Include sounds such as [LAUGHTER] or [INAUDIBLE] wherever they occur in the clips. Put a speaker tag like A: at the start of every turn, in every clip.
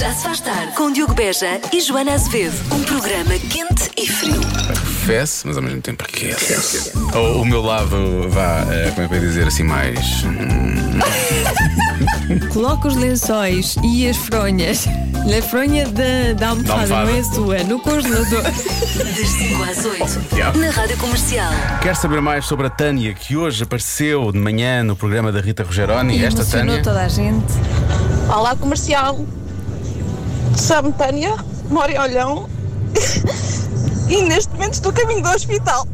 A: Já se faz tarde com Diogo Beja e Joana Azevedo. Um programa quente e frio.
B: Fesse, mas ao mesmo tempo aquece. O, o meu lado, vá, eh, como é que eu ia dizer assim, mais. hum.
C: Coloca os lençóis e as fronhas [LAUGHS] na fronha da, da almofada,
B: Da almofada.
C: não é sua, no congelador.
A: Das 5 às 8.
B: Yeah.
A: Na Rádio Comercial.
B: Quer saber mais sobre a Tânia que hoje apareceu de manhã no programa da Rita Rogeroni? [LAUGHS] Esta
C: Emocionou
B: Tânia.
C: toda a gente.
D: Olá comercial, chamo Tânia, moro em Olhão [LAUGHS] e neste momento estou a caminho do hospital.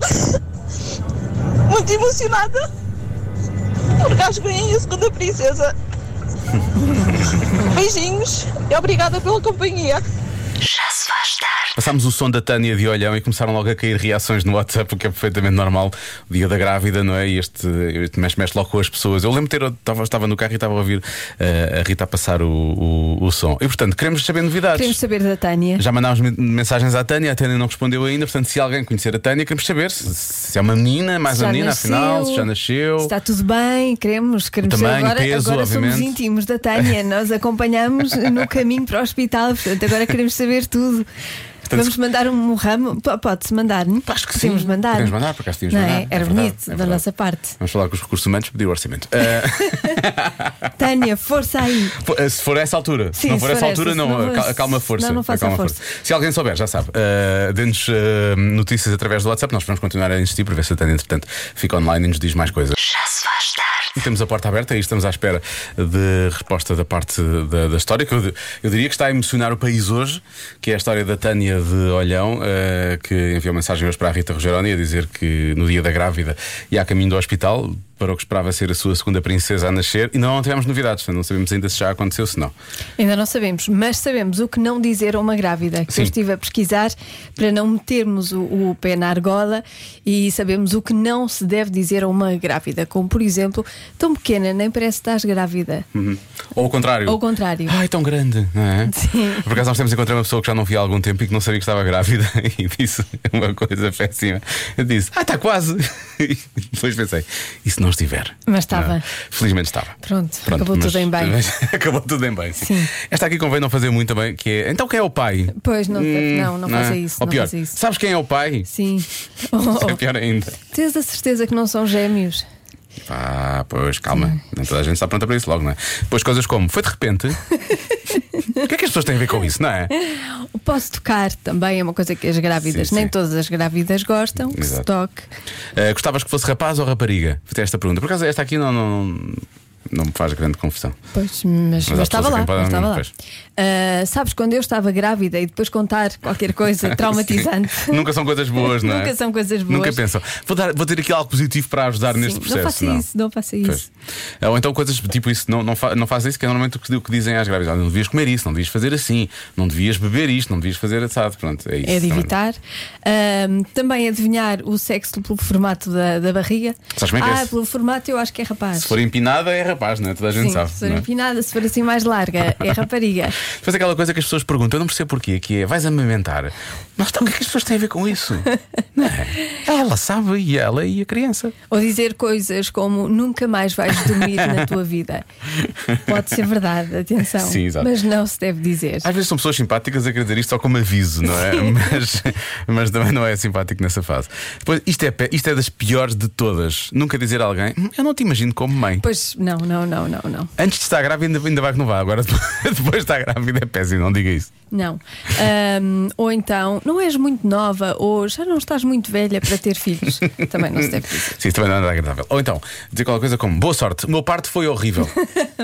D: [LAUGHS] Muito emocionada porque acho que ganhei a segunda princesa. Beijinhos e obrigada pela companhia.
A: Já se faz tarde.
B: Passámos o som da Tânia de olhão e começaram logo a cair reações no WhatsApp, o que é perfeitamente normal. O dia da grávida, não é? E este, este mexe, mexe logo com as pessoas. Eu lembro de ter, eu estava, estava no carro e estava a ouvir eh, a Rita a passar o, o- o som. E portanto, queremos saber novidades.
C: Queremos saber da Tânia.
B: Já mandámos men- mensagens à Tânia, a Tânia não respondeu ainda, portanto, se alguém conhecer a Tânia, queremos saber se, se é uma menina, mais
C: Já
B: uma menina,
C: nasceu,
B: afinal, se já nasceu.
C: se Está tudo bem, queremos, queremos
B: O
C: saber.
B: tamanho,
C: agora,
B: peso,
C: agora somos
B: obviamente.
C: íntimos da
B: [LAUGHS]
C: Tânia, nós acompanhamos no caminho para o hospital, portanto agora queremos saber tudo.
B: Portanto,
C: Vamos mandar um ramo? P- Pode-se mandar, não? Acho
B: que
C: Podemos
B: sim.
C: mandar.
B: Podemos mandar, por acaso tínhamos
C: não
B: mandado,
C: É?
B: é
C: Era
B: verdade,
C: bonito
B: é
C: da
B: verdade.
C: nossa parte.
B: Vamos falar com os recursos humanos pedir o orçamento. Eh,
C: Tânia, força aí.
B: fo- eh, se for a essa altura, se
C: Sim,
B: não for
C: se
B: a
C: for
B: essa altura,
C: essa, se
B: não,
C: não-
B: acal- acalma a força.
C: não, não faça
B: acalma a
C: força.
B: Se alguém souber, já sabe, eh, dê-nos eh, notícias através do WhatsApp, nós vamos continuar a insistir para ver se a Tânia, entretanto, fica online e nos diz mais coisas.
A: Já se faz tarde.
B: E Temos a porta aberta e estamos à espera de resposta da parte da, da história, que eu, di- eu diria que está a emocionar o país hoje, que é a história da Tânia de Olhão, eh, que enviou mensagem hoje para a Rita Rogeroni a dizer que no dia da grávida e a caminho do hospital, para o que esperava ser a sua segunda princesa a nascer, e não tivemos novidades, não sabemos ainda se já aconteceu, se não.
C: Ainda não sabemos, mas sabemos o que não dizer a uma grávida. Que
B: Sim.
C: eu estive a pesquisar para não metermos o, o pé na argola e sabemos o que não se deve dizer a uma grávida. Como, por exemplo, tão pequena, nem parece que estás grávida.
B: Ou ao contrário.
C: Ao contrário.
B: Ai, tão grande, não é?
C: Sim.
B: Por acaso nós temos encontrado uma pessoa que já não via há algum tempo e que não sabia que estava grávida [LAUGHS] e disse uma coisa péssima. Eu disse, ah, está quase. [LAUGHS] E depois pensei, e se não estiver?
C: Mas estava.
B: Ah, Felizmente estava.
C: Pronto, acabou tudo em bem.
B: [LAUGHS] acabou tudo em bem. Sim.
C: Sim.
B: Esta aqui convém não fazer muito também, que é. Então quem é o pai?
C: Pois, não, não, não faça
B: é?
C: isso,
B: Ou
C: não
B: pior,
C: faça isso.
B: sabes quem é o pai? [LAUGHS]
C: Sim. Oh,
B: É
C: oh.
B: pior ainda.
C: Tens a certeza que não são gêmeos?
B: Ah, pois, calma. Nem toda a gente está pronta para isso logo, não é? Depois coisas como, foi de
C: [LAUGHS]
B: repente. o que é que as pessoas têm a ver com isso, não é?
C: Posso tocar também, é uma coisa que as grávidas,
B: Sim,
C: nem
B: sim.
C: todas as grávidas gostam, que se
B: Exato.
C: toque.
B: Uh, gostavas que fosse rapaz ou rapariga? Fiz esta pergunta. Por acaso, esta aqui não, não, não me faz grande confusão.
C: Pois, mas, mas
B: há
C: estava
B: pessoas
C: lá,
B: que podem-
C: mas estava lá.
B: pois.
C: Ah, sabes, quando eu estava grávida e depois contar qualquer
B: [LAUGHS]
C: coisa [LAUGHS] traumatizante.
B: Sim. Nunca são coisas boas, não é?
C: Nunca são coisas boas.
B: Nunca pensam. Vou, dar, vou ter aqui algo positivo para ajudar neste
C: Sim,
B: processo.
C: não faça isso, não faça
B: Pois.
C: isso.
B: Ah, Ou então coisas tipo isso, não, não, fa- não faz isso, que é normalmente o que, o que dizem às grávidas. Ah, Não devias comer isso, não devias fazer assim, não devias beber isto, não devias fazer assado. Pronto, é isso.
C: É de
B: também.
C: evitar. Ahm, também adivinhar o sexo pelo formato da, da barriga.
B: Sabes como é que é
C: ah,
B: esse?
C: pelo formato eu acho que é rapaz.
B: Se for empinada, é rapaz, não é? Toda a gente
C: Sim,
B: sabe.
C: se for
B: não é?
C: empinada, se for assim mais larga,
B: [LAUGHS]
C: é rapariga.
B: Depois aquela coisa que as pessoas perguntam, eu não percebo porquê, que é vais amamentar. Mas então, o que é que as pessoas têm a ver com [LAUGHS] isso? Não é? Ela sabe, e ela e a criança.
C: Ou dizer coisas como nunca mais vais dormir na tua vida. Pode ser verdade, atenção.
B: Sim, exato.
C: Mas não se deve dizer.
B: Às vezes são pessoas simpáticas a querer dizer isto só como aviso, não [LAUGHS] é? Mas, mas também não é simpático nessa fase. Depois, isto é, pe- isto é das piores de todas. Nunca dizer a alguém, "Hum, eu não te imagino como mãe.
C: Pois não, não, não, não, não.
B: Antes de estar grávida, ainda, ainda vai que não vá. Agora, [LAUGHS] depois de estar grávida, é péssimo, não diga isso.
C: Não. Ahm, ou então, não és muito nova ou já não estás muito velha para ter filhos. Também não se deve dizer.
B: Sim, isso também não é nada agradável. Ou então, dizer qualquer coisa como boa sorte, o meu parto foi [LAUGHS] horrível.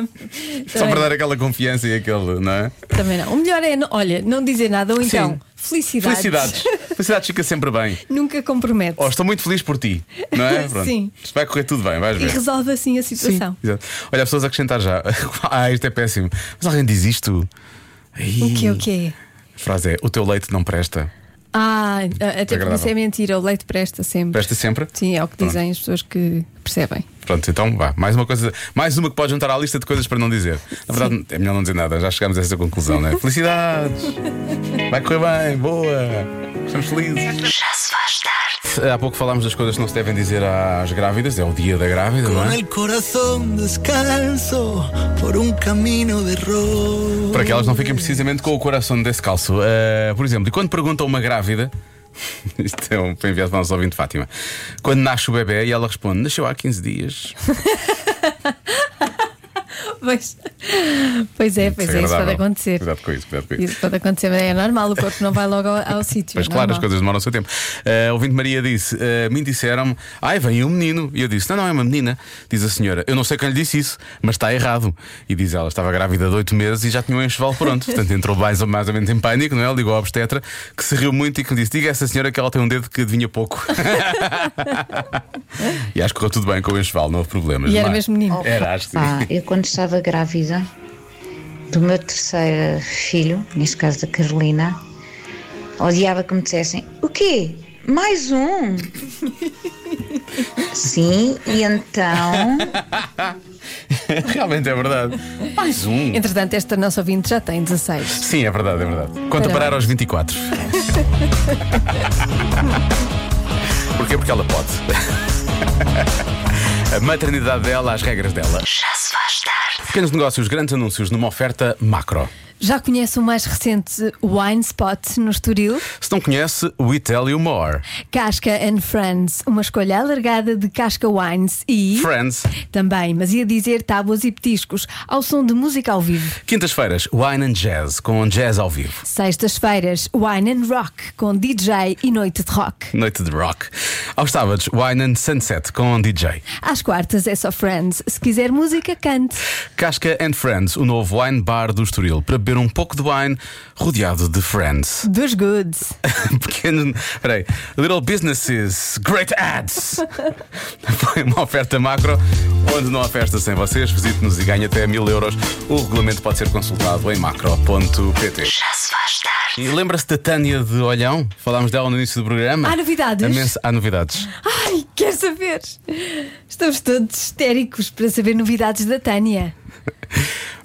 B: Só para
C: Também não.
B: dar aquela confiança e aquele, não é?
C: Também não. O melhor é, não- olha, não dizer nada ou então,
B: Sim.
C: felicidades.
B: Felicidades. Felicidades fica sempre bem.
C: Nunca compromete.
B: Oh, estou muito feliz por ti, não
C: [LAUGHS]
B: é? Pronto.
C: Sim.
B: Isto vai correr tudo bem, vais
C: E
B: ver.
C: resolve assim a situação.
B: Exato. Olha, há pessoas a acrescentar já. [LAUGHS] ah, isto é péssimo. Mas alguém diz isto? Ai.
C: O que o que é?
B: A frase é: o teu leite não presta.
C: Ah, até porque isso
B: Agradável.
C: é mentira, o leite presta sempre.
B: Presta sempre?
C: Sim, é o que dizem as pessoas que percebem.
B: Pronto, então vá. Mais uma coisa, mais uma que pode juntar à lista de coisas para não dizer. Na verdade, é melhor não dizer nada, já chegámos a essa conclusão, não é? Felicidades! Vai correr bem, boa! Estamos felizes!
A: Já se faz tarde.
B: Há pouco falámos das coisas que não se devem dizer às grávidas, é o dia da grávida, não
E: Con
B: é?
E: el corazón descalzo por un camino de rock.
B: Para que elas não fiquem precisamente com o coração descalço. Eh, por exemplo, e quando pergunta a uma grávida. [LAUGHS] Isto é um foi enviado para o nosso ouvinte Fátima. Quando nasce o bebê e ela responde: Nasceu há 15 dias.
C: Pois, pois é, pois é, isso pode
B: Desagradável.
C: acontecer.
B: Cuidado com isso, cuidado com isso.
C: Isso pode acontecer, mas é normal, o corpo não vai logo ao,
B: [LAUGHS]
C: ao sítio.
B: Mas
C: é
B: claro, as
C: normal.
B: coisas demoram o seu tempo. Eh, ouvinte Maria disse: eh, Me disseram, ai, vem um menino. E eu disse: Não, não, é uma menina. Diz a senhora: Eu não sei quem lhe disse isso, mas está errado. E diz ela: Estava grávida de oito meses e já tinha um enxoval
C: [LAUGHS]
B: pronto. Portanto, entrou mais ou, mais ou menos em pânico, não é? Ligou à obstetra, que se riu muito e que lhe disse: Diga a essa senhora que ela tem um dedo que adivinha
C: [LAUGHS]
B: pouco. e acho que correu tudo bem com o enxoval, não houve problemas.
C: E era
B: Mas-
C: mesmo menino.
B: Era, acho que sim.
F: Ah, eu quando estava grávida do meu terceiro filho, neste caso da Carolina, odiava que me dissessem o quê? Mais um? Sim, e então
B: [LAUGHS] Realmente é verdade. Mais um.
C: Entretanto, esta nossa ouvinte já tem 16.
B: Sim, é verdade, é verdade. Quanto a parar aos 24. Porquê? Porque ela pode. [LAUGHS] A maternidade dela, as regras dela.
A: Já se faz tarde.
B: Pequenos negócios, grandes anúncios numa oferta macro.
C: Já conhece o mais recente Wine Spot no Estoril?
B: Se não conhece, We Tell You More.
C: Casca and Friends, uma escolha alargada de Casca Wines e.
B: Friends.
C: Também, mas ia dizer tábuas e petiscos, ao som de música ao vivo.
B: Quintas-feiras, Wine and Jazz, com jazz ao vivo.
C: Sextas-feiras, Wine and Rock, com DJ e noite de rock.
B: Noite de rock. Aos sábados, Wine and Sunset, com DJ.
C: Às quartas é só Friends. Se quiser música, cante.
B: Casca and Friends, o novo wine bar do Estoril, para beber um pouco de wine rodeado de friends.
C: Dos goods.
B: [LAUGHS] Pequeno. Peraí. Little Businesses, Great Ads. [LAUGHS] Foi uma oferta macro. Onde não há festa sem vocês, visite-nos e ganhe até mil euros. O regulamento pode ser consultado em macro.pt.
A: Já se faz tarde.
B: E lembra-se da Tânia de Olhão? Falámos dela no início do programa.
C: Há novidades?
B: A mensa- Há novidades.
C: Ai, quer saber? Estamos todos histéricos para saber novidades da Tânia.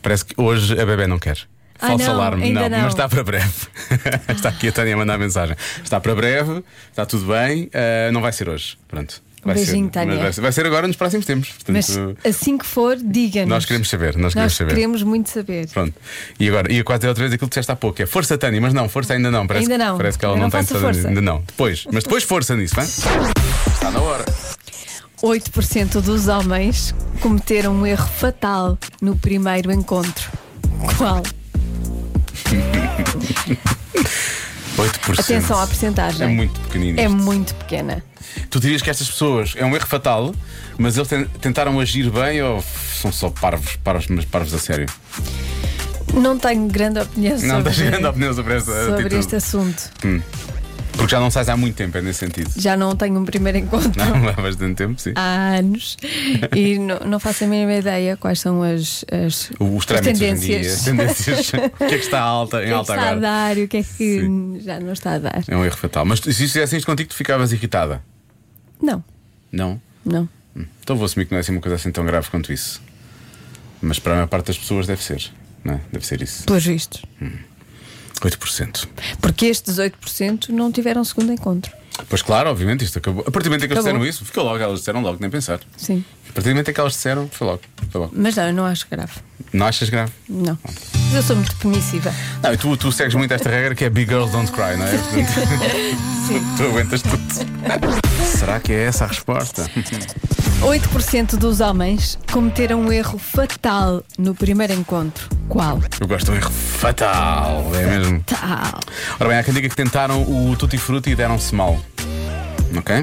B: Parece que hoje a bebê não quer.
C: Ah,
B: Falso
C: não,
B: alarme,
C: ainda não.
B: mas está para breve. [LAUGHS] está aqui a Tânia a mandar mensagem. Está para breve, está tudo bem, ah, não vai ser hoje. Pronto. Vai
C: Um Beijinho,
B: ser,
C: Tânia.
B: mas Vai ser, vai ser agora nos próximos tempos.
C: Mas
B: Portanto,
C: assim que for, diga-nos.
B: Uhum. Nós queremos saber, nós queremos
C: Nós
B: saber.
C: queremos muito saber.
B: Pronto. E agora, e quase outra vez aquilo que disseste há pouco, é força Tânia, mas não, força ainda não. Parece
C: Ainda
B: que-
C: não.
B: Parece que ela
C: Ainda
B: não,
C: não
B: tem
C: faço
B: toda-
C: força.
B: Ainda não. Depois, mas depois força nisso, hein? Está na hora.
C: 8% dos homens cometeram um erro fatal no primeiro encontro. Qual?
B: 8%.
C: Atenção à porcentagem.
B: É muito pequenino.
C: É
B: isto.
C: muito pequena.
B: Tu dirias que estas pessoas é um erro fatal, mas eles ten- tentaram agir bem ou f- são só parvos, parvos, mas parvos a sério?
C: Não tenho grande opinião
B: Não
C: sobre,
B: estás chegando a opinião sobre essa
C: sobre
B: atitude.
C: este assunto.
B: Porque já não sais há muito tempo, é nesse sentido.
C: Já não tenho um primeiro encontro
B: Não, é? há bastante tempo, sim.
C: há anos e não, não faço a mínima ideia quais são as, as,
B: Os
C: as
B: trâmites hoje em dia,
C: tendências.
B: as tendências.
C: [LAUGHS]
B: o que é que está alta, em
C: O que é que
B: alta
C: está
B: agora?
C: a dar e o que é que
B: Sim.
C: já não está a dar?
B: É um erro fatal. Mas tu- se fizessem isto contigo, tu ficavas irritada?
C: Não,
B: Não?
C: não.
B: Hum. Então vou assumir que não é assim uma coisa assim tão grave quanto isso. Mas para a maior parte das pessoas deve ser. Não é? Deve ser isso.
C: Pelos vistos.
B: 8%.
C: Porque estes 8% não tiveram segundo encontro.
B: Pois claro, obviamente, isto acabou. A partir do momento em que eles
C: Acabou.
B: disseram isso, ficou logo, elas disseram logo, nem pensar.
C: Sim.
B: A partir do momento em que elas disseram, foi logo. Foi logo.
C: Mas não, eu não acho grave.
B: Não achas grave?
C: Não. Mas eu sou muito permissiva.
B: Não, e tu, tu segues muito esta regra que é Big Girls Don't Cry, não é? Portanto, [LAUGHS] tu aguentas tudo. Será que é essa a resposta?
C: 8% dos homens cometeram um erro fatal no primeiro encontro. Qual?
B: Eu gosto de um erro fatal, é mesmo?
C: Tal.
B: Ora bem, há quem diga que tentaram o Tutti Frutti e deram-se mal. Ok?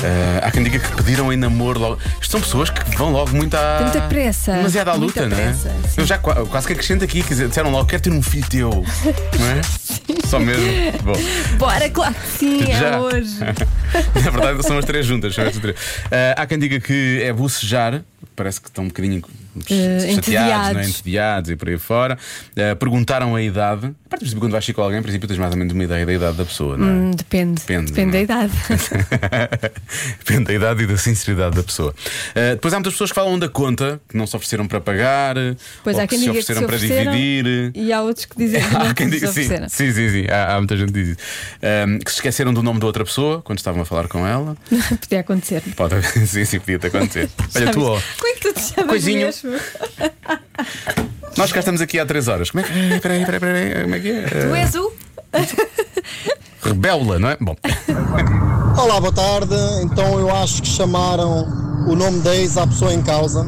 B: Eh, há quem diga que pediram em namoro logo. Isto são pessoas que vão logo muito à.
C: Tem muita pressa.
B: Demasiado à
C: Muita
B: luta, não é?
C: pressa, sim.
B: Eu já qua- quase que acrescento aqui, quer dizer, disseram logo, quero ter um filho
C: [LAUGHS]
B: teu. não é? Só mesmo. Bom,
C: Bora, claro que sim,
B: Já.
C: é
B: [LAUGHS]
C: hoje.
B: na Ah, verdade são as três juntas. São estas três. Eh, há quem diga que é bucejar, é parece que estão um bocadinho
C: Eh,
B: chateados, não é?
C: entediados.
B: entediados e por aí fora. Eh, perguntaram a idade. A partir do princípio, quando vais sair com alguém, em princípio tens mais ou menos uma ideia da idade da pessoa, não é?
C: Hum, Depende.
B: Depende,
C: Depende,
B: não
C: da
B: é?
C: idade.
B: [LAUGHS] Depende da idade e da sinceridade da pessoa. Eh, depois há muitas pessoas que falam da conta, que não se ofereceram para pagar,
C: Pois
B: ou
C: há
B: que
C: quem
B: se
C: diga que
B: ofereceram
C: se
B: para [LAUGHS]
C: ofereceram
B: dividir.
C: E há outros que dizem que não
B: quem
C: se
B: diga- sim,
C: ofereceram.
B: sim, sim, sim. Há, há muita gente que diz isso. Ahm, que se esqueceram do nome da outra pessoa quando estavam a falar com ela.
C: [LAUGHS] Podia acontecer.
B: Pode, [LAUGHS] sim, sim, podia te
C: [LAUGHS]
B: acontecer. Olha,
C: Já
B: tu,
C: viste?
B: ó,
C: Como é que tu te chamas
B: Coisinho.
C: mesmo?
B: nós cá estamos aqui há 3 horas. Como é que. Peraí, peraí, peraí, peraí, como é que é?
C: [LAUGHS] Tu és o.
B: Rebela, não é? Bom,
G: Olá, boa tarde. Então eu acho que chamaram o nome da ex à pessoa em causa.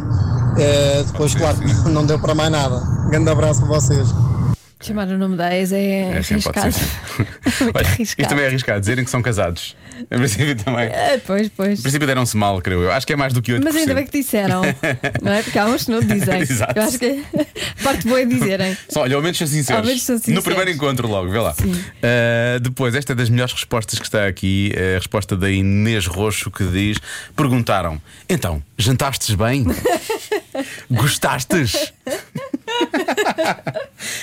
G: Eh, depois, claro, [LAUGHS] não deu para mais nada. Grande abraço para vocês.
C: Chamar o nome da ex é,
B: é assim, pode ser.
C: arriscado. [LAUGHS]
B: sim.
C: Muito
B: Olha,
C: arriscado.
B: Isto também é arriscado, dizerem que são casados. Em princípio também.
C: Ah, pois, pois.
B: Em princípio deram-se mal, creio eu. Acho que é mais do que 8%.
C: Mas ainda bem que
B: [LAUGHS]
C: disseram, não é? Porque há uns que não dizem.
B: Exato.
C: Eu acho que a parte boa é dizerem.
B: Só, olha, ao menos são sinceros.
C: Ao menos são
B: No
C: sinceros.
B: primeiro encontro, logo, vê lá. Ah, depois, esta é das melhores respostas que está aqui, é a resposta da Inês Roxo que diz: perguntaram, então, jantastes
C: [LAUGHS]
B: bem? Gostastes?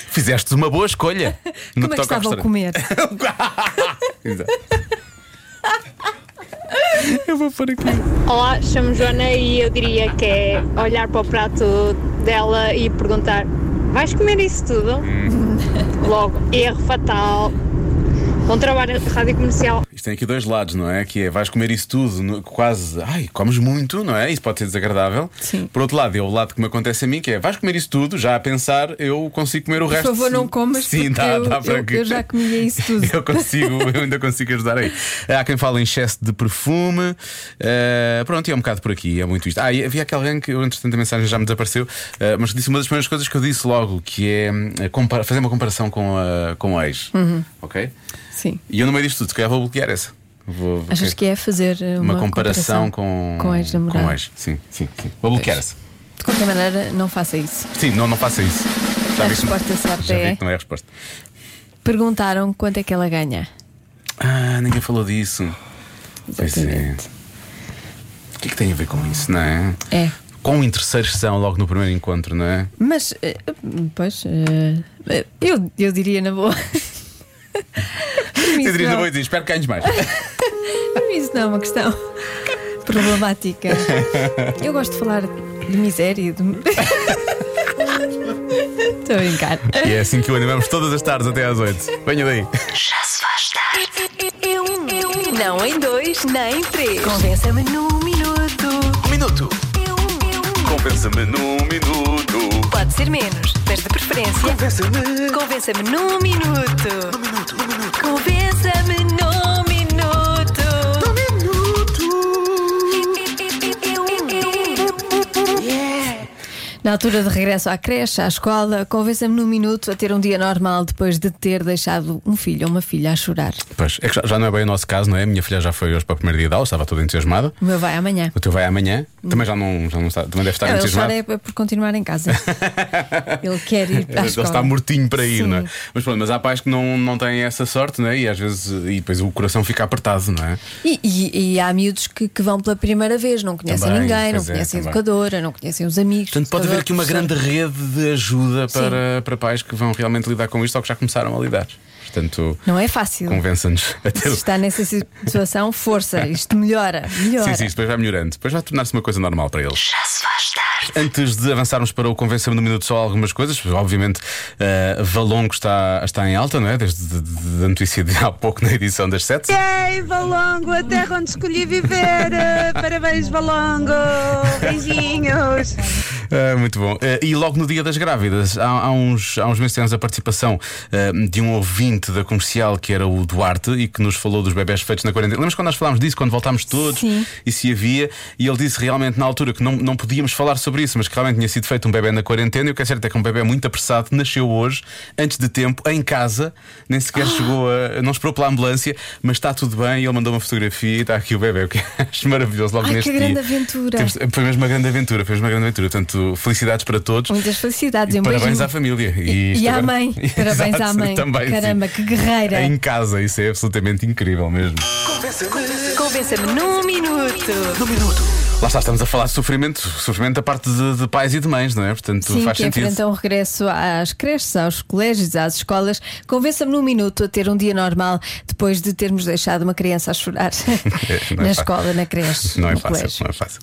B: Fizeste uma boa escolha. No
C: Como é que
B: toca ao
C: estava a comer?
B: restaurante. Exato. [LAUGHS] Eu vou pôr aqui.
H: Olá, chamo Joana e eu diria que é olhar para o prato dela e perguntar: vais comer isso tudo? Logo, erro fatal. Bom trabalho, Rádio Comercial.
B: Isto tem aqui dois lados, não é? Que é vais comer isso tudo, no- quase, ai, comes muito, não é? Isso pode ser desagradável.
C: Sim.
B: Por outro lado, é o lado que me acontece a mim, que é vais comer isso tudo, já a pensar, eu consigo comer o
C: Por
B: resto.
C: favor, não comas,
B: Sim,
C: porque
B: dá,
C: eu,
B: dá para
C: eu-
B: que.
C: eu já comia isso tudo.
B: [LAUGHS] Eu consigo, eu ainda consigo ajudar aí. Eh, Há quem fala em excesso de perfume. eh, pronto, e é um bocado por aqui, é muito isto. Ah, e havia aqui alguém que, eu, entretanto, a mensagem já me desapareceu, eh, mas que disse uma das primeiras coisas que eu disse logo, que é hum, compara- fazer uma comparação com a, com a ex.
C: Uhum.
B: Ok?
C: Sim.
B: E eu no meio disto tudo, se calhar vou bloquear essa. Vou, vou
C: Achas
B: querer-
C: que é fazer eh,
B: uma,
C: uma,
B: comparação, com
C: com ex-namorado?
B: com ex. Sim, sim, sim. Vou bloquear essa.
C: De qualquer maneira, não faça isso.
B: Sim, não, não faça isso. Já
C: A
B: vi que não-
C: resposta certa
B: já vi
C: é-
B: que não é a resposta.
C: Perguntaram quanto é que ela ganha.
B: Ah, ninguém falou disso. Pois é.
C: Exatamente.
B: O que é que tem a ver com isso, não é?
C: É.
B: Quão interesseiros são logo no primeiro encontro, não é?
C: Mas, eh, pois, eh, eh, eu, eu diria na boa. [LAUGHS]
B: Sim,
C: Isso
B: Teresa
C: não,
B: Boa diz, espero que ganhes mais.
C: isso não é uma questão problemática. Eu gosto de falar de miséria. de- [LAUGHS] Estou a brincar.
B: e é assim que o animamos todas as tardes até às 8. Venha daí.
A: Já se faz tarde. É um, é um. Não em dois, nem em três. Convença-me num minuto. Um minuto. É um, é um.
B: Compensa-me num minuto.
A: Pode ser menos, mas de preferência. Convença-me. Convença-me num minuto. Num minuto, num minuto. Convença-me num minuto. Num minuto.
C: Na altura de regresso à creche, à escola, convença-me num minuto a ter um dia normal depois de ter deixado um filho ou uma filha a chorar.
B: Pois, é que já- já não é bem o nosso caso, não é? A minha filha já foi hoje para o primeiro dia de aula, estava toda entusiasmada.
C: O meu vai amanhã.
B: O teu vai amanhã? Também já não, já Tá não está, também deve estar
C: Não, ele
B: entusiasmado.
C: chora é por continuar em
B: [LAUGHS]
C: casa. Ele quer ir para a
B: Ele
C: escola.
B: está mortinho para ir,
C: Sim.
B: não é? Mas pronto, mas há pais que não, não têm essa sorte, não é? E às vezes e depois o coração fica apertado, não é?
C: E, e- e há miúdos que, que vão pela primeira vez, não conhecem
B: Também,
C: ninguém, não
B: pois é,
C: conhecem a
B: também.
C: educadora, não conhecem os amigos.
B: Portanto, pode haver
C: educador,
B: aqui uma
C: professor.
B: grande rede de ajuda para, para pais que vão realmente lidar com isto ou que já começaram a lidar. Portanto,
C: Não é fácil.
B: convença-nos a ter.
C: Se está nessa situação, força, isto melhora, melhora.
B: [LAUGHS] Sim, sim, isto depois vai melhorando. Depois vai tornar-se uma coisa normal para eles.
A: Já se faz tarde.
B: Antes de avançarmos para o Convencer-me no Minuto, só algumas coisas. Obviamente, eh, Valongo está, está em alta, não é? Desde de- de- da notícia de há pouco na edição das 7.
D: Ei, Valongo, a terra onde escolhi viver. Parabéns, Valongo. Beijinhos.
B: Ah, muito bom. Eh, e logo no dia das grávidas, há, há uns, há uns meses tivemos a participação eh, de um ouvinte da comercial que era o Duarte e que nos falou dos bebés feitos na quarentena. Lembras quando nós falámos disso, quando voltámos todos
C: Sim.
B: e se havia? E ele disse realmente na altura que não, não podíamos falar sobre isso, mas que realmente tinha sido feito um bebê na quarentena. E o que é certo é que é um bebê muito apressado, nasceu hoje, antes de tempo, em casa, nem sequer chegou a. não esperou pela ambulância, mas está tudo bem. E ele mandou uma fotografia e está aqui o bebê, o que [LAUGHS] acho maravilhoso logo
C: Ai, que
B: neste dia.
C: grande aventura.
B: Temos- foi mesmo uma grande aventura, foi mesmo uma grande aventura. Portanto, felicidades para todos.
C: Muitas felicidades,
B: E
C: um
B: parabéns
C: beijinho.
B: à família.
C: E-
B: isto
C: e à
B: agora- [LAUGHS]
C: mãe. Parabéns
B: Exato,
C: à mãe.
B: Também, sim.
C: Caramba, que guerreira.
B: Em casa, isso é absolutamente incrível mesmo.
A: Convença-me num minuto. Num minuto.
B: Lá está, estamos a falar de sofrimento, sofrimento da parte de, de pais e de mães, não é? Portanto,
C: Sim,
B: faz
C: que
B: sentido.
C: enfrentam o regresso às creches, aos colégios, às escolas. Convença-me num minuto a ter um dia normal depois de termos deixado uma criança a
B: [LAUGHS]
C: chorar [LAUGHS]
B: Não é
C: na
B: fácil.
C: escola, na creche,
B: Não é
C: no
B: fácil,
C: colégio.
B: não é fácil.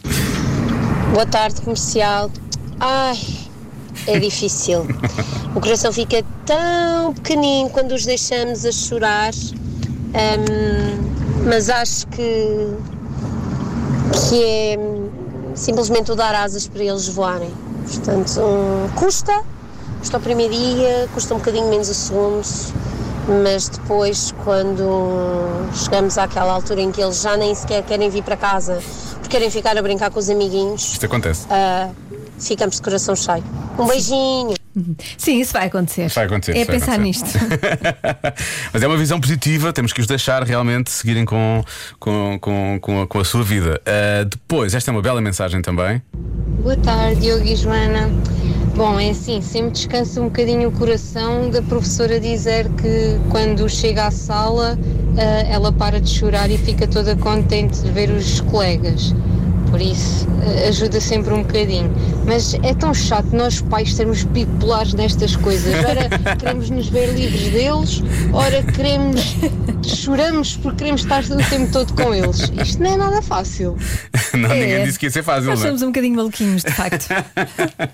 I: Boa tarde, comercial. Ai, é difícil. O coração fica tão pequenino quando os deixamos a chorar, Ahm, mas acho que, que é simplesmente o dar asas para eles voarem. Portanto, hum, custa, custa o primeiro dia, custa um bocadinho menos o segundo, mas depois, quando chegamos àquela altura em que eles já nem sequer querem vir para casa, porque querem ficar a brincar com os amiguinhos,
B: Isto acontece. [LAUGHS]
I: ah, ficamos de coração cheio. Um beijinho!
C: Sim, isso vai acontecer.
B: Vai acontecer,
C: É
B: é? isso vai
C: pensar
B: acontecer.
C: nisto.
B: Mas é uma visão positiva, temos que os deixar realmente seguirem com, com, com, com, a, com a sua vida. Ah, depois, esta é uma bela mensagem também. [LAUGHS]
H: Boa tarde, Diogo e Joana. Bom, é assim, sempre descansa um bocadinho o coração da professora dizer que quando chega à sala ah, ela para de chorar e fica toda contente de ver os colegas. Por isso, ah, ajuda sempre um bocadinho. Mas é tão chato nós pais sermos bipolares nestas coisas. Ora queremos nos ver livres deles, ora queremos. choramos porque queremos estar o tempo todo com eles. Isto não é nada fácil.
B: Não, Ninguém
C: É.
B: disse que ia ser fácil,
C: Nós
B: não é?
C: somos um bocadinho maluquinhos, de
B: [LAUGHS]
C: facto.
B: Ah,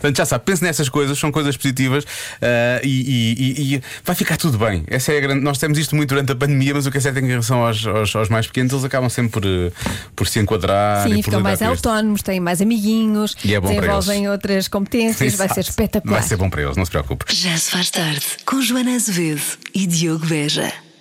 B: Portanto, já sabe, pense nessas coisas, são coisas positivas ah, e, e- e- e vai ficar tudo bem. Essa é a grande. Nós temos isto muito durante a pandemia, mas o que é certo é que em relação aos, aos, aos mais pequenos, eles acabam sempre por, eh, por se enquadrar
C: Sim,
B: e por
C: ficam
B: lidar
C: mais
B: com isto.
C: autónomos, têm mais amiguinhos,
B: E é bom para
C: desenvolvem outras competências, vai ser
B: Exato.
C: espetacular.
B: Vai ser bom para eles, não se preocupe.
A: Já se faz tarde com Joana Azevedo e Diogo Veja.